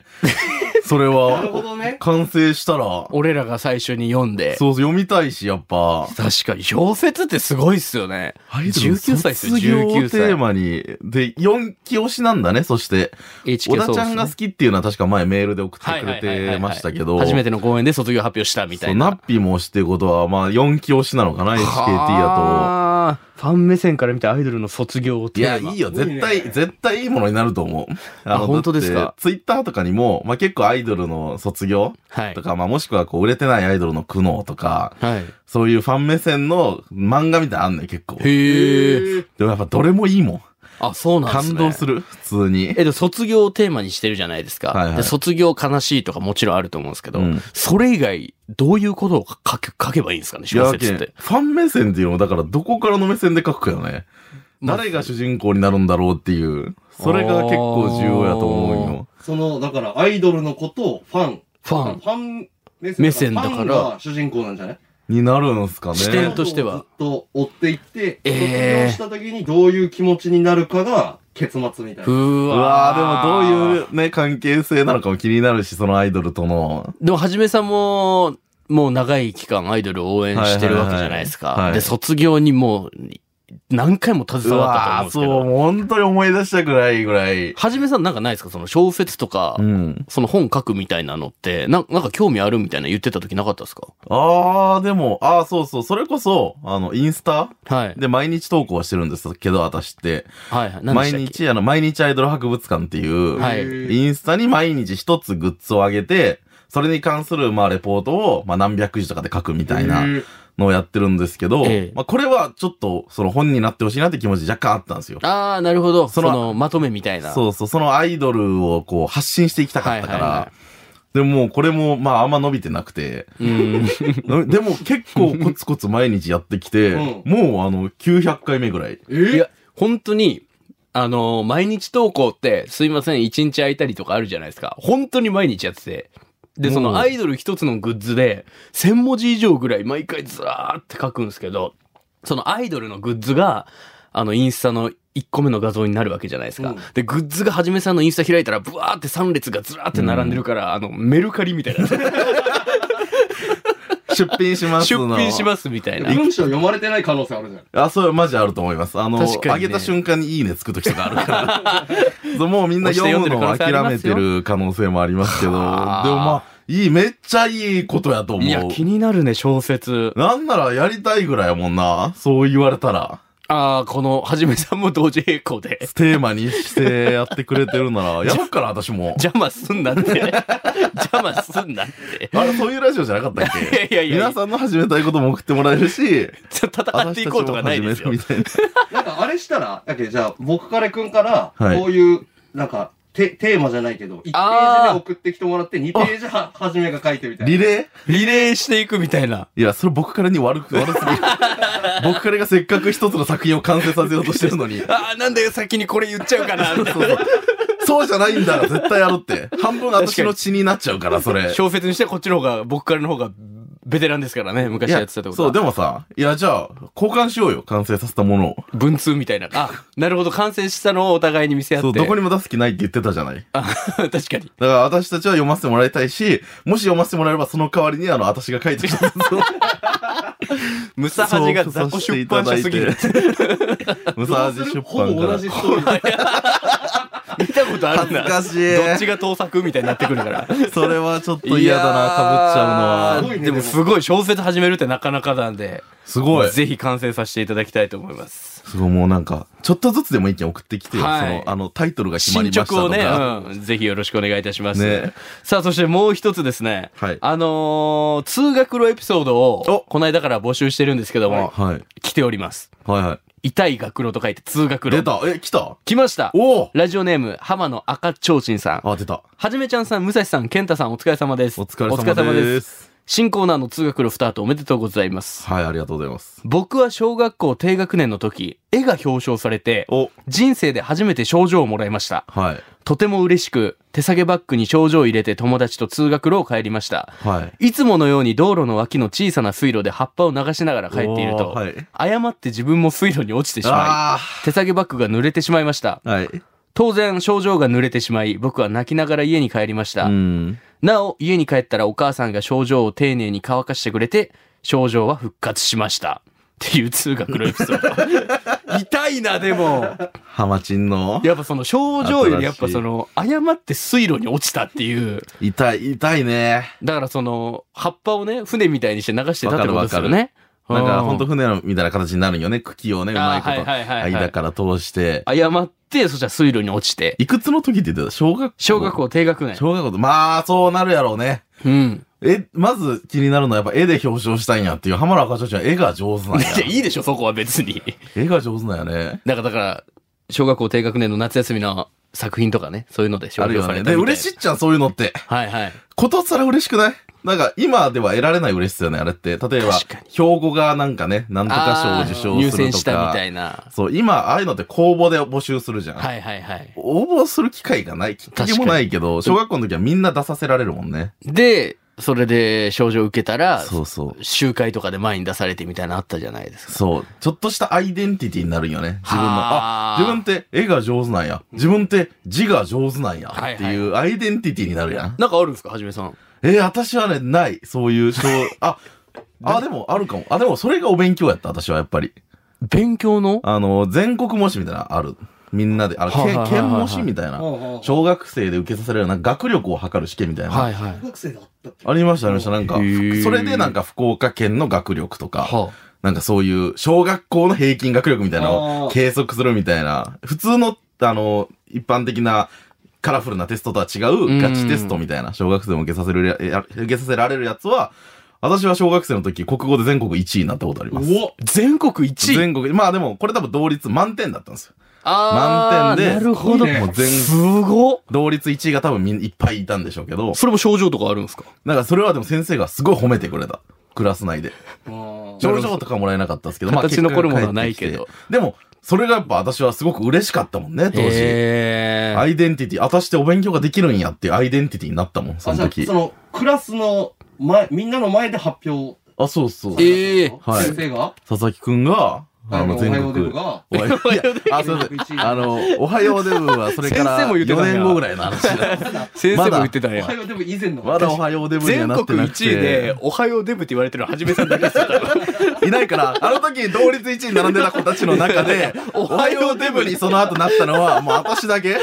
[SPEAKER 2] それ
[SPEAKER 4] なるほ
[SPEAKER 2] は、
[SPEAKER 4] どね。
[SPEAKER 2] 完成したら、
[SPEAKER 3] 俺らが最初に読んで。
[SPEAKER 2] そう、読みたいし、やっぱ。
[SPEAKER 3] 確かに小説ってすごいっすよね。19歳っすよ、
[SPEAKER 2] 卒業を
[SPEAKER 3] 19
[SPEAKER 2] テー
[SPEAKER 3] 歳。
[SPEAKER 2] マに、で、4期推しなんだね、そして。
[SPEAKER 3] HK
[SPEAKER 2] 小田ちゃん
[SPEAKER 3] そ
[SPEAKER 2] が
[SPEAKER 3] うっす
[SPEAKER 2] 好きっていうのは確か前メールで送ってく
[SPEAKER 3] は
[SPEAKER 2] れ
[SPEAKER 3] いはいはいはいは
[SPEAKER 2] て
[SPEAKER 3] い
[SPEAKER 2] ましたけど、
[SPEAKER 3] 初めての公演で卒業発表したみた
[SPEAKER 2] そ
[SPEAKER 3] いうな。
[SPEAKER 2] ナッピーも推してことは、まあ4期推しなのかな、HKT や
[SPEAKER 3] やと。ファン目線から見たアイドルの卒業を
[SPEAKER 2] と。い
[SPEAKER 3] テ
[SPEAKER 2] や、
[SPEAKER 3] ー
[SPEAKER 2] い
[SPEAKER 3] マ。
[SPEAKER 2] いよ。
[SPEAKER 4] すごいね
[SPEAKER 2] 絶対、絶対いいものになると思う。
[SPEAKER 3] あ本当ですか
[SPEAKER 2] ツイッターとかにも、まあ結構アイドルの卒業
[SPEAKER 3] はい
[SPEAKER 2] と。か、まあもしくはこう売れてないアイドルの苦悩とか、
[SPEAKER 3] はい。
[SPEAKER 2] そういうファン目線の漫画みたいなのあんのよ、結構。で
[SPEAKER 3] へえ。
[SPEAKER 2] もやっぱどれもいいもん。
[SPEAKER 3] あ、そうなんですね。
[SPEAKER 2] 感動する、普通に。
[SPEAKER 3] え、で、卒業をテーマにしてるじゃないですか。
[SPEAKER 2] はいはい
[SPEAKER 3] で卒業悲しいとかもちろんあると思うんですけど、
[SPEAKER 2] うん
[SPEAKER 3] それ以外、どういうことを書け書けばいいんですかね、
[SPEAKER 2] いや
[SPEAKER 3] 小説って。
[SPEAKER 2] ファン目線っていうのも、だからどこからの目線で書くかよね。
[SPEAKER 3] まあ
[SPEAKER 2] 誰が主人公になるんだろうっていう。それが結構重要やと思うよ。
[SPEAKER 4] その、だからアイドルのことをファン。
[SPEAKER 3] フ
[SPEAKER 4] フ
[SPEAKER 3] ァン。
[SPEAKER 4] ファン目
[SPEAKER 3] 目線だから
[SPEAKER 4] ファンが主人公なんじゃない
[SPEAKER 2] になるんすかね。
[SPEAKER 3] 視点としては
[SPEAKER 4] ずっと追っていって、
[SPEAKER 3] えー
[SPEAKER 4] 卒業した時にどういう気持ちになるかが結末みたい
[SPEAKER 3] う
[SPEAKER 4] な。
[SPEAKER 2] う
[SPEAKER 3] わ。
[SPEAKER 2] わーでもどういううね、関係性なのかも気になるし、そのアイドルとの。
[SPEAKER 3] でも、はじめさんも、もう長い期間アイドルを応援してるわけじゃないですか。
[SPEAKER 2] はいはいはいはい
[SPEAKER 3] で、卒業にもう、何回も携
[SPEAKER 2] う
[SPEAKER 3] わったと思うん
[SPEAKER 2] わ
[SPEAKER 3] で
[SPEAKER 2] ー
[SPEAKER 3] すけど。
[SPEAKER 2] そう、本当に思い出したくないぐらい。
[SPEAKER 3] はじめさんなんかないですかその小説とか、
[SPEAKER 2] うん。
[SPEAKER 3] その本書くみたいなのって、ななんか興味あるみたいな言ってた時なかったですか
[SPEAKER 2] あー、でも、あー、そうそう、それこそ、あの、インスタ
[SPEAKER 3] はい。
[SPEAKER 2] で毎日投稿してるんですけど、私って。
[SPEAKER 3] はいはい。何で
[SPEAKER 2] 毎
[SPEAKER 3] したっけ
[SPEAKER 2] 日、あの、毎日アイドル博物館っていう、
[SPEAKER 3] はい
[SPEAKER 4] へー
[SPEAKER 2] インスタに毎日一つグッズをあげて、それに関する、まあ、レポートを、まあ、何百字とかで書くみたいな
[SPEAKER 4] へー
[SPEAKER 2] のをやってるんですけど、
[SPEAKER 3] ええ
[SPEAKER 2] まあ、これはちょっと、その本になってほしいなって気持ち若干あったんですよ。
[SPEAKER 3] ああ、なるほど。そ
[SPEAKER 2] そ
[SPEAKER 3] の
[SPEAKER 2] の
[SPEAKER 3] まとめみたいな。
[SPEAKER 2] そうそう、そのアイドルをこう、発信していきたかったから、
[SPEAKER 3] はいはいは
[SPEAKER 2] でももうこれも、まあ、あんま伸びてなく て、
[SPEAKER 3] うん。
[SPEAKER 2] なでも結構コツコツ毎日やってきて、
[SPEAKER 4] うん
[SPEAKER 2] もうあの、900回目ぐらい。
[SPEAKER 4] え
[SPEAKER 3] いや、本当に、あのー毎日投稿って、すいません、一日空いたりとかあるじゃないですか。本当に毎日やってて。で、そ
[SPEAKER 2] うん
[SPEAKER 3] のアイドル一つのグッズで、1000文字以上ぐらい毎回ずらーって書くんですけど、そのアイドルのグッズが、あの、インスタの1個目の画像になるわけじゃないですか。
[SPEAKER 4] うん
[SPEAKER 3] で、グッズがはじめさんのインスタ開いたら、ブワーって3列がずらーって並んでるから、あの、メルカリみたいな。
[SPEAKER 2] 出品しま す
[SPEAKER 3] 出
[SPEAKER 2] の。
[SPEAKER 3] 品し
[SPEAKER 2] す。
[SPEAKER 3] ますみたいな。
[SPEAKER 4] 文章読まれてない可能性あるじ ゃん。
[SPEAKER 2] あ、それマジあると思います。あの、
[SPEAKER 3] 確か
[SPEAKER 2] 上
[SPEAKER 3] にね
[SPEAKER 2] げた瞬間にいいねつく時とかあるから。 そうもうみんな
[SPEAKER 3] 押して読
[SPEAKER 2] 読
[SPEAKER 3] ん
[SPEAKER 2] む
[SPEAKER 3] でる可
[SPEAKER 2] の
[SPEAKER 3] 能
[SPEAKER 2] を
[SPEAKER 3] 性あり
[SPEAKER 2] 諦
[SPEAKER 3] ま
[SPEAKER 2] め
[SPEAKER 3] すよ
[SPEAKER 2] てる可能性もありますけど、でも
[SPEAKER 3] はあ
[SPEAKER 2] まあ、いい、めっちゃいいことやと思
[SPEAKER 3] いや、
[SPEAKER 2] う。
[SPEAKER 3] 気になるね、小説。
[SPEAKER 2] なんならやりたいぐらいやもんな。そう言われたら。
[SPEAKER 3] ああ、この、はじめさんも同時並行で。
[SPEAKER 2] テーマにしてやってくれて るなら、やろっから私も。
[SPEAKER 3] 邪魔すんなって。邪魔すんなって。
[SPEAKER 2] あれ、そういうラジオじゃなかったっ
[SPEAKER 3] いや
[SPEAKER 2] け
[SPEAKER 3] いやいや
[SPEAKER 2] 皆さんの始めたいことも送ってもらえ るし、
[SPEAKER 3] ちょっと戦っていこうとかないですよ。
[SPEAKER 2] 私たちも始めるみたい
[SPEAKER 4] なんかあれしたら、だけどじゃあ、僕からくんから、こう
[SPEAKER 2] はい
[SPEAKER 4] いう、なんか、テテーマじゃないけど、1ページ
[SPEAKER 3] あー
[SPEAKER 4] で送ってきてもらって、2ページは、はじめが書いてみた
[SPEAKER 2] ない
[SPEAKER 4] な。
[SPEAKER 2] リレー
[SPEAKER 3] リレーしていくみたいな。
[SPEAKER 2] いや、それ僕からに悪く、悪すぎる。 僕からがせっかく一つの作品を完成させようとしてるのに。
[SPEAKER 3] ああ、なんで先にこれ言っちゃうかな、みたいな。
[SPEAKER 2] そうじゃないんだ絶対やろうって。半分私の血になっちゃうから、それ。
[SPEAKER 3] 小説にしてはこっちの方が、僕からの方が、ベテランですからね、昔やってたとこ
[SPEAKER 2] そう、
[SPEAKER 3] と
[SPEAKER 2] で
[SPEAKER 3] は。
[SPEAKER 2] もさ、いや、じゃあ、交換しようよ、完成させたものを。
[SPEAKER 3] 文通みたいな。あ、なるほど、完成したのをお互いに見せ合って。
[SPEAKER 2] そう、どこにも出す気ないって言ってたじゃない。
[SPEAKER 3] あ確かに。
[SPEAKER 2] だから私たちは読ませてもらいたいし、もし読ませてもらえればその代わりにあの、私が書いて きたやつを
[SPEAKER 3] ムサハジが雑魚出版社すぎる。
[SPEAKER 2] ムサ
[SPEAKER 4] ど
[SPEAKER 2] ー
[SPEAKER 4] う
[SPEAKER 2] ジ
[SPEAKER 4] する
[SPEAKER 2] 出
[SPEAKER 4] ほ
[SPEAKER 2] 版
[SPEAKER 4] ぼ
[SPEAKER 2] か
[SPEAKER 4] 同
[SPEAKER 2] ら。
[SPEAKER 4] じストーリー。
[SPEAKER 3] 見たことあるん
[SPEAKER 2] 恥ず
[SPEAKER 3] だ。
[SPEAKER 2] かし
[SPEAKER 3] どっち
[SPEAKER 2] い。
[SPEAKER 3] が盗作みたいになってくるから。
[SPEAKER 2] それはちょっと嫌だな、被っちゃうの
[SPEAKER 4] い
[SPEAKER 2] は。
[SPEAKER 4] やー
[SPEAKER 3] でもすごい、小説始めるってなかなかなんで。
[SPEAKER 2] すごい。
[SPEAKER 3] ぜひ完成させていただきたいと思います。
[SPEAKER 2] すごい、もうなんか、ちょっとずつでも意見送ってきてよ、
[SPEAKER 3] はい
[SPEAKER 2] その、あの、タイトルが決まり
[SPEAKER 3] 進
[SPEAKER 2] ました
[SPEAKER 3] 捗
[SPEAKER 2] と
[SPEAKER 3] を
[SPEAKER 2] か。
[SPEAKER 3] ね、うん、ぜひよろしくお願いいたします。
[SPEAKER 2] ね
[SPEAKER 3] さあ、そしてもう一つですね。
[SPEAKER 2] はい
[SPEAKER 3] あのー通学路エピソードを
[SPEAKER 2] お、
[SPEAKER 3] この間から募集してるんですけども、
[SPEAKER 2] はい。はい
[SPEAKER 3] 来ております。
[SPEAKER 2] は
[SPEAKER 3] 痛い学路と書いて通学
[SPEAKER 2] い。
[SPEAKER 3] 路。
[SPEAKER 2] 出たえ、来た
[SPEAKER 3] 来ました
[SPEAKER 2] おお
[SPEAKER 3] ラジオネーム、浜野赤ちょうちんさん。
[SPEAKER 2] あ、出た。
[SPEAKER 3] はじめちゃんさん、武蔵さん、健太さん、お疲れ様です。
[SPEAKER 2] お疲れ様です。
[SPEAKER 3] 新コーナーの通学路スタートおめでとうございます。
[SPEAKER 2] はい、ありがとうございます。
[SPEAKER 3] 僕は小学校低学年の時、絵が表彰されて、
[SPEAKER 2] お、
[SPEAKER 3] 人生で初めて賞状をもらいました。
[SPEAKER 2] はい。
[SPEAKER 3] とても嬉しく、手提げバッグに症状を入れて友達と通学路を帰りました。
[SPEAKER 2] はい。
[SPEAKER 3] いつものように道路の脇の小さな水路で葉っぱを流しながら帰っていると、
[SPEAKER 2] おーはい。
[SPEAKER 3] 誤って自分も水路に落ちてしま
[SPEAKER 2] あ
[SPEAKER 3] い、手提げバッグが濡れてしまいました。
[SPEAKER 2] あ。はい。
[SPEAKER 3] 当然、症状が濡れてしまい、僕は泣きながら家に帰りました。
[SPEAKER 2] うん。
[SPEAKER 3] なお、家に帰ったらお母さんが症状を丁寧に乾かしてくれて、症状は復活しました。っていう通学のエピソード。 痛いな、でも。
[SPEAKER 2] ハマチンの
[SPEAKER 3] やっぱその症状よりやっぱその誤って水路に落ちたっていう
[SPEAKER 2] 痛い、痛いね。
[SPEAKER 3] だからその葉っぱをね船みたいにして流してたってことですよね
[SPEAKER 2] なんか、ほん
[SPEAKER 3] う
[SPEAKER 2] と船のみたいな形になるんよね。茎をね、うまいこ
[SPEAKER 3] あー
[SPEAKER 2] と、
[SPEAKER 3] はいはいはいはい
[SPEAKER 2] 間から通して。
[SPEAKER 3] 誤ってそしたら水路に落ちて
[SPEAKER 2] いくつの時って言ってた小学校
[SPEAKER 3] 小学校低学年
[SPEAKER 2] 小学校まあ、そうなるやろうね。
[SPEAKER 3] うん
[SPEAKER 2] え、まず気になるのはやっぱ絵で表彰したいんやっていう。浜田赤ちゃんは絵が上手なん
[SPEAKER 3] い
[SPEAKER 2] や
[SPEAKER 3] や。いいでしょそこは別に
[SPEAKER 2] 絵が上手なんやね。
[SPEAKER 3] だからだから小学校低学年の夏休みの作品とかねそういうので
[SPEAKER 2] あ
[SPEAKER 3] 賞
[SPEAKER 2] る
[SPEAKER 3] 状
[SPEAKER 2] よ
[SPEAKER 3] され
[SPEAKER 2] ね。
[SPEAKER 3] た
[SPEAKER 2] で、
[SPEAKER 3] みたいな
[SPEAKER 2] 嬉しいっちゃん、そういうのって。
[SPEAKER 3] はいはい
[SPEAKER 2] ことさら嬉しくないなんか、今では得られない嬉しさよね、あれって。例えば
[SPEAKER 3] 確か、
[SPEAKER 2] 標語がなんかね、なんとか賞を受賞する
[SPEAKER 3] あ
[SPEAKER 2] とか。
[SPEAKER 3] ー入選したみたいな
[SPEAKER 2] そう、今、ああいうのって公募で募集するじゃん。
[SPEAKER 3] はいはいはい
[SPEAKER 2] 応募する機会がない。きっかけもないけど、小学校の時はみんな出させられるもんね。
[SPEAKER 3] でそれで症状受けたら、
[SPEAKER 2] そうそう。
[SPEAKER 3] 集会とかで前に出されてみたいなのあったじゃないですか。
[SPEAKER 2] そう。ちょっとしたアイデンティティになるんよね。自分の。
[SPEAKER 3] はあ
[SPEAKER 2] あ、自分って絵が上手なんや。自分って字が上手なんや。
[SPEAKER 3] はいはい
[SPEAKER 2] っていうアイデンティティになるやん。
[SPEAKER 3] なんかあるんですかはじめさん。
[SPEAKER 2] えー私はね、ない。そういう、そう、 あ、あ、でもあるかも。あ、でもそれがお勉強やった、私はやっぱり。
[SPEAKER 3] 勉強の
[SPEAKER 2] あの、全国模試みたいなのある。みんなで、あの、け
[SPEAKER 3] はいはいはいはい
[SPEAKER 2] 県模試みたいな
[SPEAKER 4] はいはいはい。
[SPEAKER 2] 小学生で受けさせられるような学力を測る試験みたいな。
[SPEAKER 3] はいはい。
[SPEAKER 4] 小学生だったっけ
[SPEAKER 2] ありました、ありました。なんか
[SPEAKER 3] へー、
[SPEAKER 2] それでなんか福岡県の学力とか、
[SPEAKER 3] は
[SPEAKER 2] なんかそういう小学校の平均学力みたいなの
[SPEAKER 4] あ
[SPEAKER 2] を
[SPEAKER 4] ー
[SPEAKER 2] 計測するみたいな、普通の、あの、一般的なカラフルなテストとは違
[SPEAKER 3] ん
[SPEAKER 2] うガチテストみたいな、小学生でも受けさせるや、や受けさせられるやつは、私は小学生の時、国語で全国1位になったことあります。
[SPEAKER 4] うわ
[SPEAKER 3] あ全国一位
[SPEAKER 2] 全国、まあでも、これ多分同率満点だったんですよ。
[SPEAKER 3] あー
[SPEAKER 2] 満点で
[SPEAKER 3] なるほど。
[SPEAKER 4] いいね
[SPEAKER 2] もう全
[SPEAKER 3] すごっ
[SPEAKER 2] 同率1位が多分みんいっぱいいたんでしょうけど、
[SPEAKER 3] それも症状とかあるんですか
[SPEAKER 2] なんかそれはでも先生がすごい褒めてくれた。クラス内で。
[SPEAKER 4] うん
[SPEAKER 2] 症状とかもらえなかったですけど、
[SPEAKER 3] 形残るものはないけど。
[SPEAKER 2] 結果が返ってきてでも、それがやっぱ私はすごく嬉しかったもんね、当時。
[SPEAKER 3] へー
[SPEAKER 2] アイデンティティ、私ってお勉強ができるんやっていうアイデンティティになったもん、そ
[SPEAKER 4] あ、
[SPEAKER 2] の
[SPEAKER 4] じゃあ
[SPEAKER 2] 時
[SPEAKER 4] そ。の、クラスの前、みんなの前で発表
[SPEAKER 2] あ、そうそう。
[SPEAKER 3] えー
[SPEAKER 2] はい
[SPEAKER 4] 先生が、
[SPEAKER 2] 佐々木くんが、あの、
[SPEAKER 4] おは
[SPEAKER 2] 全
[SPEAKER 4] ようデブ
[SPEAKER 2] 国。
[SPEAKER 4] が、
[SPEAKER 2] おはよういやあ、すいま
[SPEAKER 4] 全国
[SPEAKER 2] せ
[SPEAKER 4] 一位
[SPEAKER 2] ん。あの、 おはよう デブはそれか
[SPEAKER 3] 先生
[SPEAKER 2] ら
[SPEAKER 3] も言って
[SPEAKER 2] 4
[SPEAKER 3] たんや
[SPEAKER 2] 年後ぐらいの話 だ。
[SPEAKER 3] 先生も言ってたん
[SPEAKER 4] お
[SPEAKER 3] や
[SPEAKER 4] は。ようデブ以前の。
[SPEAKER 2] まだおはようデブには
[SPEAKER 3] 全
[SPEAKER 2] なって
[SPEAKER 3] 国
[SPEAKER 2] なくて。
[SPEAKER 3] 一位で、おはようデブって言われてるのはじめさんだけですよ。
[SPEAKER 2] いないから、あの時同率1位に並んでた子たちの 中で、おはようデブにその後なったのは、もう 私だけ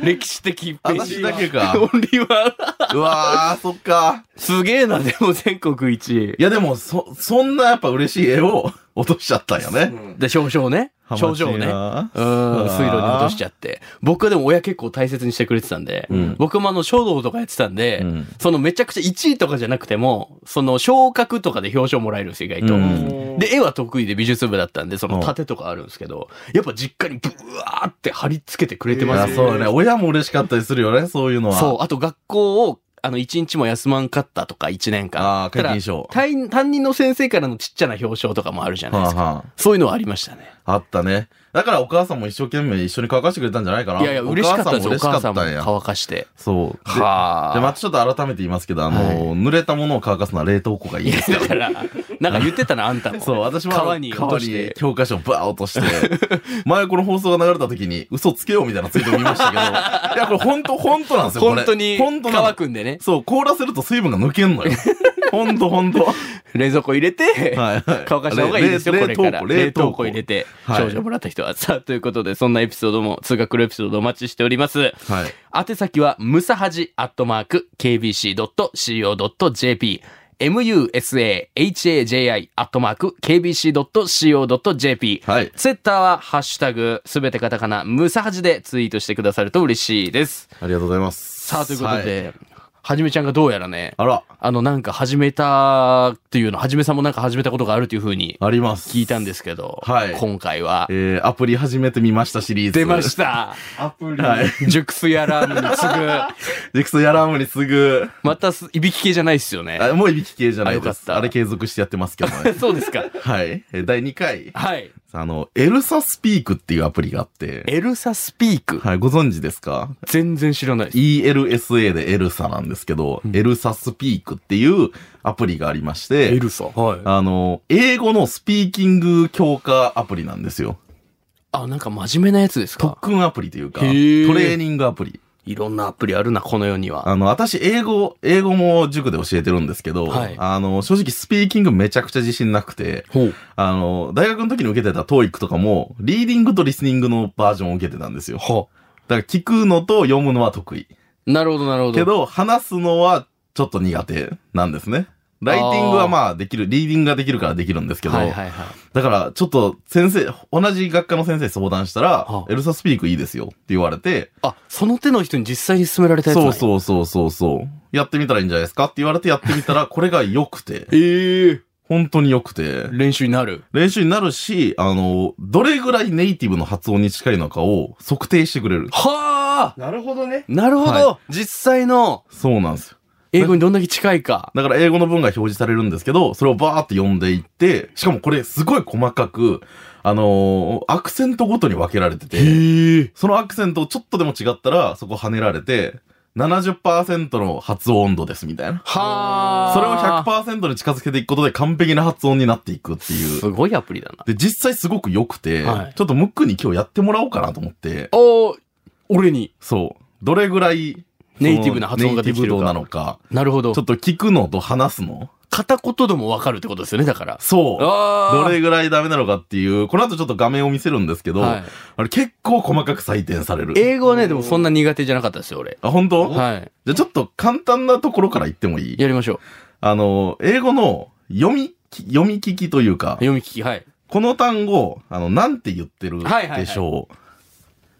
[SPEAKER 3] 歴史的ページ
[SPEAKER 2] 私だけか。
[SPEAKER 3] オンリーワン。
[SPEAKER 2] うわー、そっか。
[SPEAKER 3] すげえな、でも全国一位。
[SPEAKER 2] いやでも、そ、そんなやっぱ嬉しい絵を落としちゃったんよ
[SPEAKER 4] う
[SPEAKER 2] ね。
[SPEAKER 4] ん
[SPEAKER 3] で、症状ね。症状ね。う
[SPEAKER 2] ね。
[SPEAKER 3] ん、
[SPEAKER 2] あー
[SPEAKER 3] 水路に落としちゃって。僕はでも親結構大切にしてくれてたんで、
[SPEAKER 2] うん
[SPEAKER 3] 僕もあの、書道とかやってたんで、
[SPEAKER 2] うん
[SPEAKER 3] そのめちゃくちゃ1位とかじゃなくても、その昇格とかで表彰もらえるんですよ、意外と。
[SPEAKER 2] うん
[SPEAKER 3] で、絵は得意で美術部だったんで、その
[SPEAKER 2] うん
[SPEAKER 3] 盾とかあるんですけど、やっぱ実家にブワーって貼り付けてくれて
[SPEAKER 2] い
[SPEAKER 3] ま
[SPEAKER 2] や、
[SPEAKER 3] す
[SPEAKER 2] そうよね。親も嬉しかったりするよね、そういうのは。
[SPEAKER 3] そう、あと学校を、あの、1日も休まんかったとか、1年間。
[SPEAKER 2] あー皆勤賞
[SPEAKER 3] ただ担担任の先生からのちっちゃな表彰とかもあるじゃないで
[SPEAKER 2] はあ
[SPEAKER 3] すか。
[SPEAKER 2] は
[SPEAKER 3] そういうのはありましたね。
[SPEAKER 2] あ、あったね。だからお母さんも一生懸命一緒に乾かしてくれたんじゃないかな。
[SPEAKER 3] いやいや、嬉しかったですよ、お
[SPEAKER 2] お母
[SPEAKER 3] 母
[SPEAKER 2] さ
[SPEAKER 3] さ
[SPEAKER 2] ん
[SPEAKER 3] ん
[SPEAKER 2] も
[SPEAKER 3] も
[SPEAKER 2] 嬉しかったんや。
[SPEAKER 3] 乾かして。
[SPEAKER 2] そう。で
[SPEAKER 3] はあ。
[SPEAKER 2] で、またちょっと改めて言いますけど、あの、
[SPEAKER 3] はい
[SPEAKER 2] 濡れたものを乾かすのは冷凍庫がいいです
[SPEAKER 3] だから、なんか言ってたな、あんたも。
[SPEAKER 2] そう、私もあの
[SPEAKER 3] 川に落として。
[SPEAKER 2] 川に教科書をバー落として、前この放送が流れた時に嘘つけようみたいなツイート見ました けど、いや、これ本当本当なんですよ、これ。
[SPEAKER 3] 本当に
[SPEAKER 2] 本当なの
[SPEAKER 3] 乾くんでね。
[SPEAKER 2] そう、凍らせると水分が抜けん のよ。本当本当は
[SPEAKER 3] 冷蔵庫入れて、
[SPEAKER 2] いはい。
[SPEAKER 3] 乾かした方がいいですよ、
[SPEAKER 2] 冷
[SPEAKER 3] これから。冷
[SPEAKER 2] 冷凍
[SPEAKER 3] 凍
[SPEAKER 2] 庫、
[SPEAKER 3] 庫入れ
[SPEAKER 2] 冷凍
[SPEAKER 3] て、
[SPEAKER 2] はい
[SPEAKER 3] 症状もらった人は。さあ、ということで、そんなエピソードも、通学路エピソードお待ちしております。
[SPEAKER 2] 庫。はい。
[SPEAKER 3] 宛先は、ムサハジアットマーク、kbc.co.jp、musahaji アットマーク、kbc.co.jp。
[SPEAKER 2] はい。
[SPEAKER 3] ツイッターは、ハッシュタグ、すべてカタカナ、ムサハジでツイートしてくださると嬉しいです。
[SPEAKER 2] ありがとうございます。
[SPEAKER 3] さあ、ということ
[SPEAKER 2] はい。
[SPEAKER 3] で、はじめちゃんがどうやらね、
[SPEAKER 2] あら、
[SPEAKER 3] あの、なんか始めたっていうの、はじめさんもなんか始めたことがあるというふうに
[SPEAKER 2] あります。
[SPEAKER 3] 聞いたんですけど、
[SPEAKER 2] はい
[SPEAKER 3] 今回は、
[SPEAKER 2] えー、アプリ始めてみましたシリーズ。
[SPEAKER 3] 出ました。
[SPEAKER 4] アプリ。
[SPEAKER 2] はい。
[SPEAKER 3] 熟睡アラームに次ぐ、
[SPEAKER 2] ジクソやらんのにすぐ、
[SPEAKER 3] またすいびき系じゃないっすよね。
[SPEAKER 2] あもういびき系じゃな
[SPEAKER 3] あ
[SPEAKER 2] い
[SPEAKER 3] よ
[SPEAKER 2] で
[SPEAKER 3] かっ
[SPEAKER 2] す。
[SPEAKER 3] た。
[SPEAKER 2] あれ継続してやってますけどね
[SPEAKER 3] そうですか。
[SPEAKER 2] はい。えー第2回。
[SPEAKER 3] はい。
[SPEAKER 2] あの、エルサスピークっていうアプリがあって、
[SPEAKER 3] エルサスピーク。
[SPEAKER 2] はい、ご存知ですか
[SPEAKER 3] 全然知らないです。
[SPEAKER 2] ?ELSA でエルサなんですけど、エルサスピークっていうアプリがありまして、
[SPEAKER 3] ルサ。はい。
[SPEAKER 2] あの、英語のスピーキング強化アプリなんですよ。
[SPEAKER 3] あ、なんか真面目なやつですか
[SPEAKER 2] 特。訓アプリというか、
[SPEAKER 3] へ
[SPEAKER 2] ト
[SPEAKER 3] ー
[SPEAKER 2] レーニングアプリ。
[SPEAKER 3] いろんなアプリあるな、この世には。
[SPEAKER 2] あの、私、英語、英語も塾で教えてるんですけど、
[SPEAKER 3] はい
[SPEAKER 2] あの、正直スピーキングめちゃくちゃ自信なくて、
[SPEAKER 3] ほう。
[SPEAKER 2] あの、大学の時に受けてた TOEIC とかも、リーディングとリスニングのバージョンを受けてたんですよ。
[SPEAKER 3] は
[SPEAKER 2] だから聞くのと読むのは得意。
[SPEAKER 3] なるほど、なるほど。
[SPEAKER 2] けど、話すのはちょっと苦手なんですね。ライティングはまあできる、リーディングができるからできるんですけど、
[SPEAKER 3] はいはいはい。
[SPEAKER 2] だからちょっと先生、同じ学科の先生に相談したら
[SPEAKER 3] は、あ
[SPEAKER 2] エルサスピークいいですよって言われて、
[SPEAKER 3] あ、その手の人に実際に勧められたやつ
[SPEAKER 2] そう
[SPEAKER 3] う。
[SPEAKER 2] そうそうそうそう、やってみたらいいんじゃないですかって言われてやってみたら、これが良くて、
[SPEAKER 3] ええ
[SPEAKER 2] 本当に良くて、
[SPEAKER 3] 練習になる。
[SPEAKER 2] 練習になるし、あの、どれぐらいネイティブの発音に近いのかを測定してくれる。
[SPEAKER 3] はあ
[SPEAKER 4] なるほどね。
[SPEAKER 3] なるほど、
[SPEAKER 2] は
[SPEAKER 3] 実際の
[SPEAKER 2] そうなんですよ。
[SPEAKER 3] 英語にどんだけ近いか。
[SPEAKER 2] だから英語の文が表示されるんですけど、それをバーって読んでいって、しかもこれすごい細かく、あのーアクセントごとに分けられてて、
[SPEAKER 3] え。
[SPEAKER 2] そのアクセントをちょっとでも違ったら、そこ跳ねられて、 70%の発音温度ですみたいな。
[SPEAKER 3] はあ。
[SPEAKER 2] それを100%に近づけていくことで完璧な発音になっていくっていう
[SPEAKER 3] す。ごいアプリだな。
[SPEAKER 2] で、実際すごく良くて、
[SPEAKER 3] はい
[SPEAKER 2] ちょっとムックに今日やってもらおうかなと思って、
[SPEAKER 3] お俺に。
[SPEAKER 2] そう。どれぐらい、
[SPEAKER 3] ネイティブな発音ができてるか
[SPEAKER 2] そのネイティブ度なのか、
[SPEAKER 3] なるほど
[SPEAKER 2] ちょ。っと聞くのと話すの。
[SPEAKER 3] 片言でもわかるってことですよね、だから。
[SPEAKER 2] そう。
[SPEAKER 3] あ
[SPEAKER 2] どれぐらいダメなのかっていう、この後ちょっと画面を見せるんですけど、
[SPEAKER 3] はい
[SPEAKER 2] あれ結構細かく採点される。
[SPEAKER 3] 英語はね、でもそんな苦手じゃなかったですよ、俺。
[SPEAKER 2] あ、本当？
[SPEAKER 3] は
[SPEAKER 2] じゃあちょっと簡単なところから言ってもい
[SPEAKER 3] い。
[SPEAKER 2] い
[SPEAKER 3] やりましょう。
[SPEAKER 2] あの、英語の読みき、読み聞きというか、
[SPEAKER 3] 読み聞き、はい。
[SPEAKER 2] この単語、あの、なんて言ってる
[SPEAKER 3] はいはいはい
[SPEAKER 2] でしょう。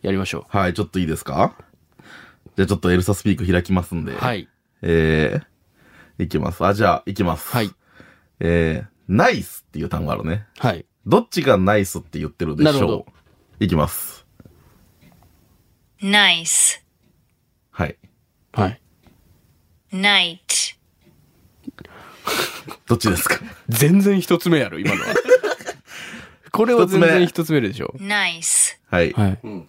[SPEAKER 3] やりましょ
[SPEAKER 2] はい、ちょっといいですかじゃあちょっとエルサスピーク開きますんで。
[SPEAKER 3] う。はい。
[SPEAKER 2] えー、いきます。あ、じゃあ、いきます。
[SPEAKER 3] はい。
[SPEAKER 2] えー、ナイスっていう単語あるね。
[SPEAKER 3] はい。
[SPEAKER 2] どっちがナイスって言ってるで
[SPEAKER 3] な
[SPEAKER 2] し
[SPEAKER 3] るほど
[SPEAKER 2] ょういきます。
[SPEAKER 5] nice,
[SPEAKER 2] はい。
[SPEAKER 3] はい。
[SPEAKER 5] night,
[SPEAKER 2] どっちですか
[SPEAKER 3] 全然一つ目やろ、今 のは。これは全然一つ目でしょ。
[SPEAKER 5] nice,
[SPEAKER 2] はい。
[SPEAKER 3] はい。
[SPEAKER 4] うん。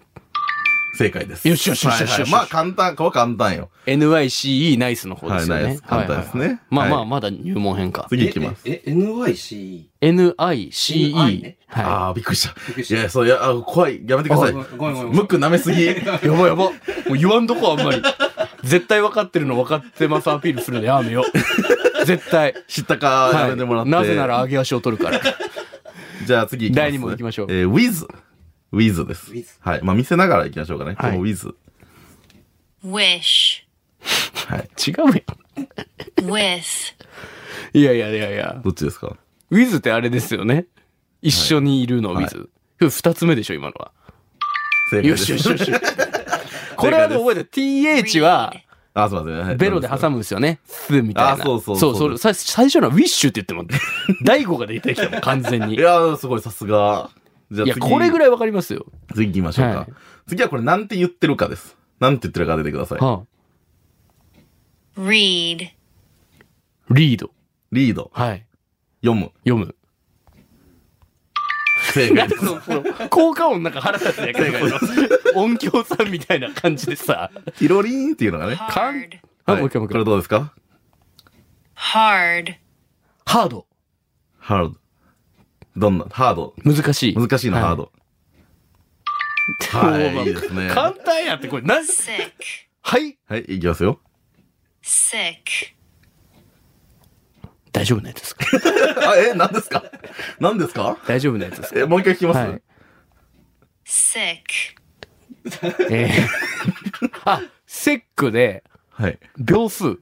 [SPEAKER 2] 正解です。
[SPEAKER 3] よしよしよしよし
[SPEAKER 2] はいはい
[SPEAKER 3] よし
[SPEAKER 2] まあ、簡単、これは簡単よ。
[SPEAKER 3] NYCE ナイスの方ですよ
[SPEAKER 2] はいナ
[SPEAKER 3] ね
[SPEAKER 2] イス。簡単ですね
[SPEAKER 3] はいはいはいまあ
[SPEAKER 2] はい
[SPEAKER 3] まあ、まだ入門編か。
[SPEAKER 2] 次いきます。
[SPEAKER 4] え、え NYC? NI
[SPEAKER 3] NICE
[SPEAKER 4] ね。
[SPEAKER 3] は
[SPEAKER 2] ああ、びっくりした。
[SPEAKER 4] びっくり
[SPEAKER 2] い
[SPEAKER 4] し
[SPEAKER 2] や、そう、いや、あ怖い。やめてください。
[SPEAKER 4] ご
[SPEAKER 2] ム
[SPEAKER 4] めんごめんごめん
[SPEAKER 2] ック舐めす ぎ。
[SPEAKER 3] い。やばいやば。もう言わんとこあんまり。 絶対分かってるの分かってますアピールするのやめよ う。絶対。
[SPEAKER 2] 知ったか、
[SPEAKER 3] はい
[SPEAKER 2] やめてもらって。
[SPEAKER 3] なぜなら上げ足を取る から。
[SPEAKER 2] じゃあ次行きます。
[SPEAKER 3] 第二問行きましょう
[SPEAKER 2] えー、with。with です
[SPEAKER 4] with。
[SPEAKER 2] はい。まあ見せながら行きましょうかね。
[SPEAKER 3] はい
[SPEAKER 2] この with。
[SPEAKER 5] wish,
[SPEAKER 2] はい。
[SPEAKER 3] 違うよ。
[SPEAKER 5] with,
[SPEAKER 3] いやいやいやいや。
[SPEAKER 2] どっちですか
[SPEAKER 3] with ってあれですよね。一緒にいるの、
[SPEAKER 2] はい
[SPEAKER 3] with。二つ目でしょ、今のは。
[SPEAKER 2] 正解
[SPEAKER 3] よ
[SPEAKER 2] で
[SPEAKER 3] し
[SPEAKER 2] す。
[SPEAKER 3] よしよし。これはね、覚えてる th は、
[SPEAKER 2] あ、すいませんはい。
[SPEAKER 3] ベロで挟むんですよね。スみたいな。
[SPEAKER 2] あそうそう
[SPEAKER 3] そ
[SPEAKER 2] そうう
[SPEAKER 3] それさ最初のはウィッシュって言ってもん、大悟が出てきたもん、完全 に。
[SPEAKER 2] い
[SPEAKER 3] い
[SPEAKER 2] やー、すごい、さすが。じゃあ次。
[SPEAKER 3] や、これぐらいわかりますよ。
[SPEAKER 2] 次行きましょうか。
[SPEAKER 3] はい
[SPEAKER 2] 次はこれなんて言ってるかです。なんて言ってるか出てください。
[SPEAKER 3] はあ
[SPEAKER 5] read,
[SPEAKER 3] リード。
[SPEAKER 2] リード。
[SPEAKER 3] はい。
[SPEAKER 2] 読む。
[SPEAKER 3] 読む。
[SPEAKER 2] 正解です。
[SPEAKER 3] 効果音なんか腹立つやけど、音響さんみたいな感じでさ。
[SPEAKER 2] ティロリーンっていうのがね。
[SPEAKER 5] hard,
[SPEAKER 3] あ、
[SPEAKER 2] はい
[SPEAKER 3] もう一回もう一
[SPEAKER 2] これ
[SPEAKER 3] 回。
[SPEAKER 2] どうですか
[SPEAKER 5] hard,
[SPEAKER 3] ハード。
[SPEAKER 2] ハード。どんな、ハード。
[SPEAKER 3] 難しい。
[SPEAKER 2] 難しいの、
[SPEAKER 3] はい
[SPEAKER 2] ハード。は
[SPEAKER 3] おー
[SPEAKER 2] い、いいですね。
[SPEAKER 3] 簡
[SPEAKER 2] は
[SPEAKER 3] 単やって、これ、な、
[SPEAKER 5] sick,
[SPEAKER 3] はい。
[SPEAKER 2] い、いきますよ。
[SPEAKER 5] sick,
[SPEAKER 3] 大丈夫なやつですか
[SPEAKER 2] あ、え、何ですか何ですか
[SPEAKER 3] 大丈夫なやつですか
[SPEAKER 2] え、もう一回聞きます、
[SPEAKER 3] はい
[SPEAKER 5] sick,
[SPEAKER 3] えー あ、セックで、
[SPEAKER 2] はい。
[SPEAKER 3] 秒数。